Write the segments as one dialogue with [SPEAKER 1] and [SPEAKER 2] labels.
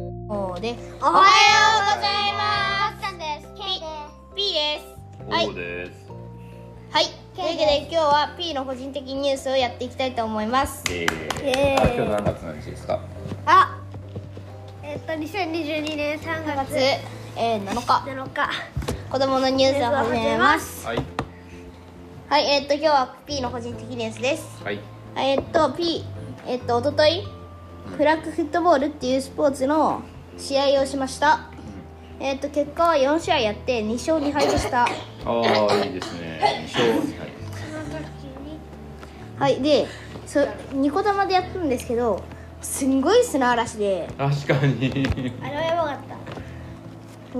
[SPEAKER 1] で
[SPEAKER 2] おはようございます。さんです。ケイです。
[SPEAKER 1] P ですはい
[SPEAKER 3] そうです。
[SPEAKER 1] はいというわけで今日は P の個人的ニュースをやっていきたいと思います
[SPEAKER 3] ええ
[SPEAKER 2] イエーイ
[SPEAKER 3] あ、今日何月何日ですか。
[SPEAKER 1] あ
[SPEAKER 2] えっと、2022年3
[SPEAKER 1] 9月、
[SPEAKER 2] 月
[SPEAKER 1] えー7日
[SPEAKER 2] 7日。
[SPEAKER 1] 子供のニュースを始めます
[SPEAKER 3] はい。
[SPEAKER 1] はいえー、っと今日は P の個人的ニュースです
[SPEAKER 3] はい。
[SPEAKER 1] えーっと P えーっとおとといフラッグフットボールっていうスポーツの試合をしましたえーっと結果は4試合やって2勝2敗でした
[SPEAKER 3] ああ、いいですね。二勝二敗です。
[SPEAKER 1] はいでそニコ玉でやったんですけどすんごい砂嵐で
[SPEAKER 3] 確かに。
[SPEAKER 2] あれはやばかっ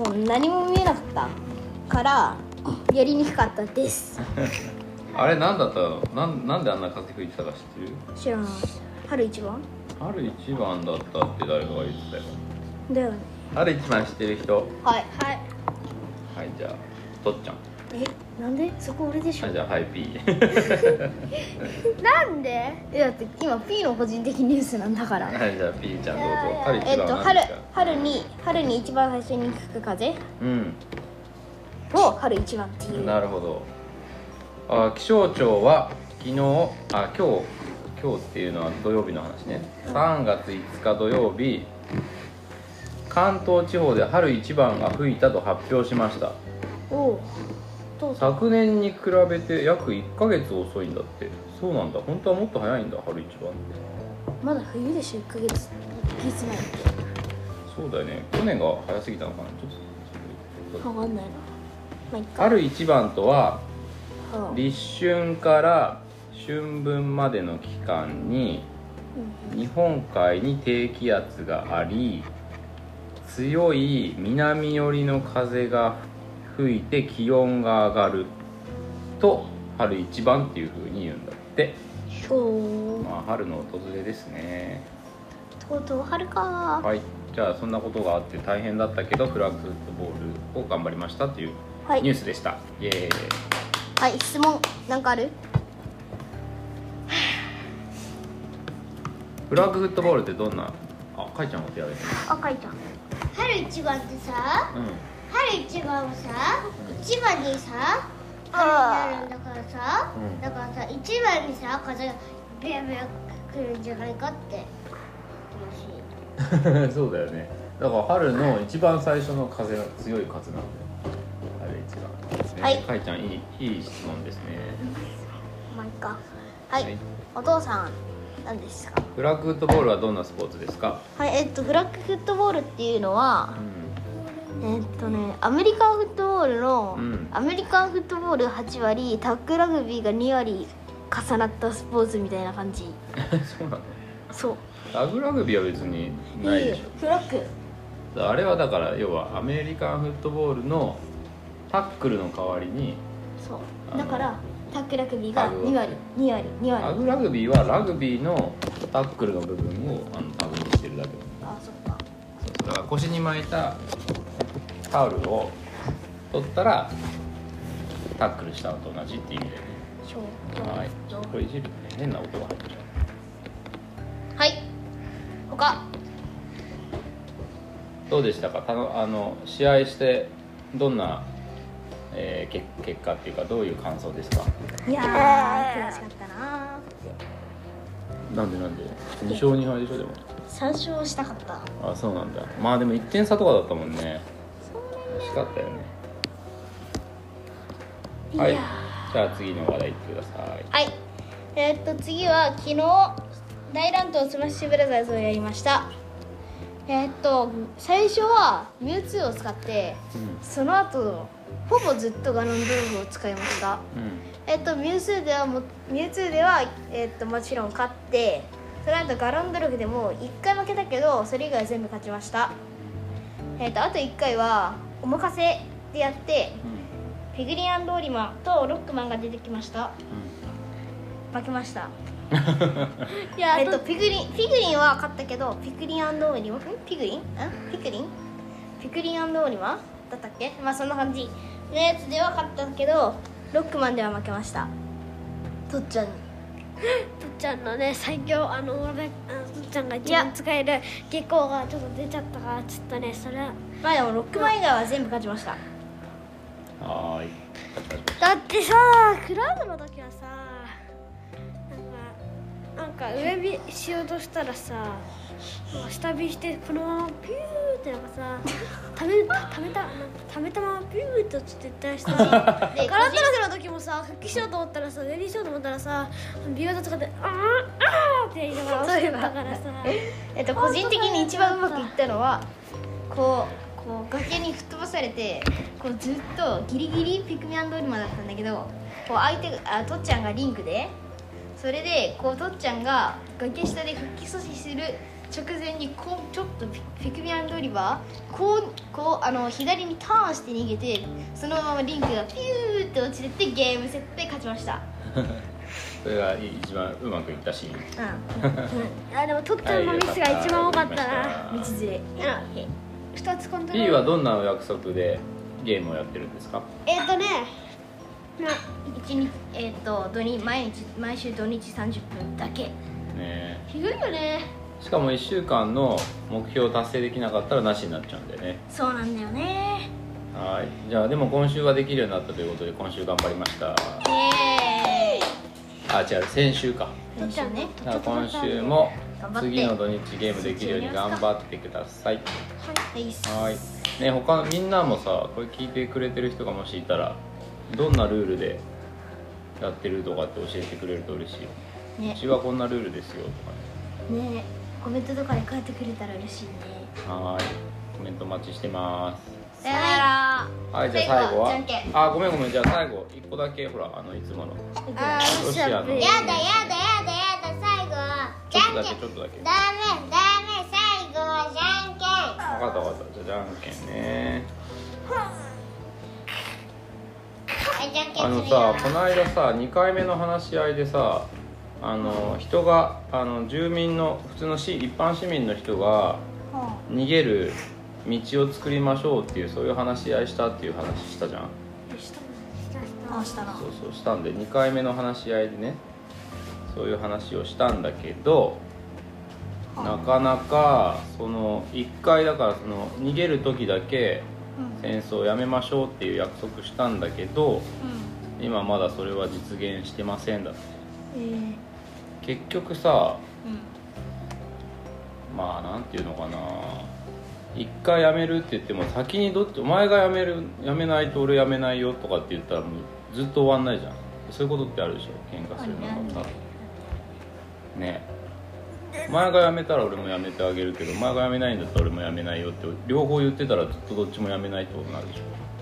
[SPEAKER 2] た。
[SPEAKER 1] もう何も見えなかったからやりにくかったです
[SPEAKER 3] あれ、なんだったの、なん、なんであんな風吹いてたか知ってる。
[SPEAKER 1] 知らない春一番
[SPEAKER 3] 春一番だったって誰かが言ってたよ。
[SPEAKER 1] だよね
[SPEAKER 3] 春一番知ってる人。
[SPEAKER 1] はい
[SPEAKER 2] はい。
[SPEAKER 3] はい、じゃあ。とっちゃん。
[SPEAKER 1] えなんでそこ俺でしょ
[SPEAKER 3] はい、じゃあ、はい、ピ
[SPEAKER 2] なんで
[SPEAKER 1] えだって今 P の個人的ニュースなんだから
[SPEAKER 3] はい、じゃあ、ピーちゃん、どうぞ。春一
[SPEAKER 1] えっと
[SPEAKER 3] 番は何
[SPEAKER 1] 春
[SPEAKER 3] ですか。
[SPEAKER 1] 春に春に一番最初に吹く風
[SPEAKER 3] うん。
[SPEAKER 1] を春一番っていう。
[SPEAKER 3] なるほどあ気象庁は昨日あ今日今日っていうのは土曜日の話ね3月5日土曜日関東地方で春一番が吹いたと発表しました
[SPEAKER 1] おう
[SPEAKER 3] 昨年に比べて約1ヶ月遅いんだってそうなんだ本当はもっと早いんだ春一番って
[SPEAKER 1] まだ冬でしょ1ヶ月1ヶ月前って
[SPEAKER 3] そうだよね去年が早すぎたのかなちょっとちょっと
[SPEAKER 1] 分かんないなまあいっか
[SPEAKER 3] 春一番とは
[SPEAKER 1] うん
[SPEAKER 3] 立春から春分までの期間に日本海に低気圧があり強い南寄りの風が吹いて気温が上がると春一番っていう風に言うんだって
[SPEAKER 1] そう
[SPEAKER 3] まあ春の訪れですね
[SPEAKER 1] とうとう春か
[SPEAKER 3] はいじゃあそんなことがあって大変だったけどフラッグフットボールを頑張りましたっていう
[SPEAKER 1] は
[SPEAKER 3] ニュ
[SPEAKER 1] い
[SPEAKER 3] ースでした、イエーイ
[SPEAKER 1] はい質問なんかある
[SPEAKER 3] フラッグフットボールってどんなあかいちゃんが手挙げてる
[SPEAKER 1] 赤いちゃん
[SPEAKER 2] 春一番ってさ、春一番をさ、一番にさ、春になるんだからさ
[SPEAKER 3] う、ん
[SPEAKER 2] だからさ、一番にさ、風がビャビャ来るんじゃないかって。
[SPEAKER 3] うん そうだよねだから春の一番最初の風が強い風なんだよ春一番ですね
[SPEAKER 1] はい
[SPEAKER 3] かいちゃんいいいい質問ですね
[SPEAKER 1] まあいっかはい、
[SPEAKER 3] はい
[SPEAKER 1] お父さん何ですか
[SPEAKER 3] フラッグフットボールはどんなスポーツですか、
[SPEAKER 1] はいえっとフラッグフットボールっていうのは
[SPEAKER 3] う
[SPEAKER 1] えっとねアメリカンフットボールの、
[SPEAKER 3] うん
[SPEAKER 1] アメリカンフットボール8割タックラグビーが2割重なったスポーツみたいな感じ
[SPEAKER 3] ん、 そうなの
[SPEAKER 1] そう
[SPEAKER 3] ラグラグビーは別にないでし
[SPEAKER 1] フラッグ
[SPEAKER 3] ょあれはだから要はアメリカンフットボールのタックルの代わりに
[SPEAKER 1] そう
[SPEAKER 3] あ
[SPEAKER 1] だ
[SPEAKER 3] の
[SPEAKER 1] からタックラグビーが
[SPEAKER 3] タグを
[SPEAKER 1] 2割2割2
[SPEAKER 3] ラ
[SPEAKER 1] 割
[SPEAKER 3] グラグビーはラグビーのタックルの部分をあのタグにしてるだけ
[SPEAKER 1] あそっか
[SPEAKER 3] だから腰に巻いたタオルを取ったらタックルしたのと同じっていう意味だよ
[SPEAKER 1] そう
[SPEAKER 3] ねはいこれいじるとね変な音が入ってる
[SPEAKER 1] はい他
[SPEAKER 3] どうでしたかたのあの試合してどんな、えーけ結果っていうかどういう感想ですか
[SPEAKER 1] いやー悔しかったな
[SPEAKER 3] なんでなんで2勝2敗でしょでも
[SPEAKER 1] 参照したかった
[SPEAKER 3] あそうなんだまあでも1点差とかだったもんね惜しかったよねはいじゃあ次の話題いってください
[SPEAKER 1] はいえーっと次は昨日大乱闘スマッシュブラザーズをやりましたえーっと最初はミュウツーを使ってその後ほぼずっとガノンドームを使いました
[SPEAKER 3] うん、うん
[SPEAKER 1] えっと、ミュウツーではもミュウツーでは、えっと、もちろん勝ってその後ガランドルフでも1回負けたけどそれ以外全部勝ちました、えっと、あと1回はお任せでやってペグリアンドーリマンとロックマンが出てきました負けましたいやえっとピグリンピグリンは勝ったけどピグリンドーリマんピグリンんピグリンピグリンドーリマだったっけまあそんな感じのやつでは勝ったけどロックマンでは負けましたとっちゃんに
[SPEAKER 2] とっちゃんのね最強あの俺あの
[SPEAKER 4] ちゃんが一番使える月光がちょっと出ちゃったからちょっとねそれは
[SPEAKER 1] まあでも6枚以外は全部勝ちました
[SPEAKER 3] はーいパチパチパチ
[SPEAKER 4] だってさクラウドの時はさなんかなんか上火しようとしたらさなんか下火してこのままピューってなんかさためためたためたままピューって落ちてったりした
[SPEAKER 1] で
[SPEAKER 4] ガラッタラの時もさ復帰しようと思ったらさ上火しようと思ったらさ美容だとかで「あーあー」って言いながら落ちてったからさ
[SPEAKER 1] えっと、個人的に一番うまくいったのはこうこう崖に吹っ飛ばされてこうずっとギリギリピクミンドリマだったんだけどこう相手があとっちゃんがリンクでそれでこうとっちゃんが崖下で復帰阻止する直前にこうちょっとピピクミンドリバーこうこうあの左にターンして逃げてそのままリンクがピューって落ちてってゲームセットで勝ちました。
[SPEAKER 3] それが一番うまくいったシーン
[SPEAKER 1] うん、
[SPEAKER 4] あでもとっちゃんのミスが一番多かったな
[SPEAKER 3] はいよかった
[SPEAKER 1] 道連れ。うん
[SPEAKER 4] 2つコントロー
[SPEAKER 3] B
[SPEAKER 4] ル
[SPEAKER 3] はどんなお約束でゲームをやってるんですか
[SPEAKER 4] えっ、とねまあ
[SPEAKER 1] 一日えっ、と土日毎日毎週土日30分だけ
[SPEAKER 3] ね
[SPEAKER 1] ひどいよね
[SPEAKER 3] しかも1週間の目標を達成できなかったらなしになっちゃうんだよね
[SPEAKER 1] そうなんだよね
[SPEAKER 3] はいじゃあでも今週はできるようになったということで今週頑張りました
[SPEAKER 1] イエ
[SPEAKER 3] あ違う先週か
[SPEAKER 1] ーイ編集ね
[SPEAKER 3] だから今週も
[SPEAKER 1] 頑張って
[SPEAKER 3] 次の土日ゲームできるように頑張ってください
[SPEAKER 1] はいっす
[SPEAKER 3] はいね他のみんなもさこれ聞いてくれてる人がもしいたらどんなルールでやってるとかって教えてくれると嬉しいよう
[SPEAKER 1] ね
[SPEAKER 3] ちはこんなルールですよとかね
[SPEAKER 1] ねコメントとかで書いてくれたら嬉しいね
[SPEAKER 3] はーいコメントお待ちしてます
[SPEAKER 1] さよなら
[SPEAKER 3] はいじゃあ最後は
[SPEAKER 1] じゃんけん
[SPEAKER 3] あごめんごめんじゃあ最後一個だけほらあのいつもの
[SPEAKER 2] あー
[SPEAKER 3] ロシアの
[SPEAKER 2] やだやだやだやだ最後は
[SPEAKER 3] ち
[SPEAKER 2] じ
[SPEAKER 3] ょっとだ
[SPEAKER 2] ゃんけ
[SPEAKER 3] け
[SPEAKER 2] ん
[SPEAKER 3] ちょっとだけ分
[SPEAKER 2] ダメダメ最後はじゃんけん
[SPEAKER 3] かった分かったじゃあじゃんけんね
[SPEAKER 2] はいじゃんけんす
[SPEAKER 3] あ
[SPEAKER 2] るよ
[SPEAKER 3] のさこの間さ2回目の話し合いでさあの人があの住民の普通の市一般市民の人が逃げる道を作りましょうっていうそういう話し合いしたっていう話したじゃん
[SPEAKER 1] あしたな
[SPEAKER 3] そうそうしたんで2回目の話し合いでねそういう話をしたんだけどなかなかその1回だからその逃げる時だけ戦争をやめましょうっていう約束したんだけど今まだそれは実現してませんだって
[SPEAKER 1] うんえー
[SPEAKER 3] 結局さ
[SPEAKER 1] うん
[SPEAKER 3] まあなんていうのかな一回やめるって言っても先にどっちお前がやめるやめないと俺やめないよとかって言ったらもうずっと終わんないじゃんそういうことってあるでしょ喧嘩するのがさねお前がやめたら俺もやめてあげるけどお前がやめないんだったら俺もやめないよって両方言ってたらずっとどっちもやめないってことになるでし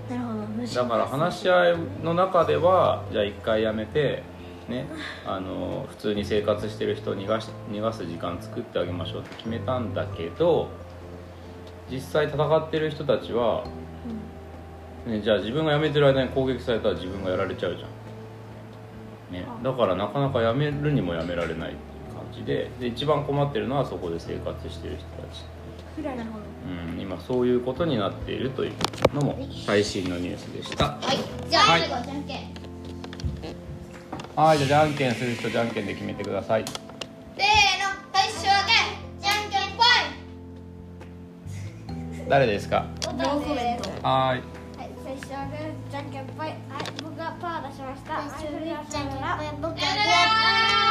[SPEAKER 3] ょ
[SPEAKER 1] なるほど無視
[SPEAKER 3] だから話し合いの中ではじゃあ一回やめて、ね、あの普通に生活してる人を逃がし逃がす時間作ってあげましょうって決めたんだけど実際戦ってる人たちは、ね、じゃあ自分がやめてる間に攻撃されたら自分がやられちゃうじゃん、ね、だからなかなかやめるにもやめられないっていう感じでで一番困ってるのはそこで生活してる人たち
[SPEAKER 1] なるほど
[SPEAKER 3] うん、今そういうことになっているというのも最新のニュースでした
[SPEAKER 1] はいじゃあ
[SPEAKER 3] はい
[SPEAKER 1] 最後はじゃんけん
[SPEAKER 3] はいじゃあじゃんけんする人じゃんけんで決めてください
[SPEAKER 2] せーの最初はグーじゃんけんぽい
[SPEAKER 3] 誰ですか
[SPEAKER 1] ノーコメント
[SPEAKER 3] は
[SPEAKER 4] はい、
[SPEAKER 3] ーい
[SPEAKER 4] 最初はグーじゃんけんぽい。はい、僕はパー出しました。
[SPEAKER 2] 最初はグーじゃんけんぽい僕は
[SPEAKER 4] はいそれではさよな
[SPEAKER 2] グー
[SPEAKER 4] ら
[SPEAKER 2] じゃんけんぽい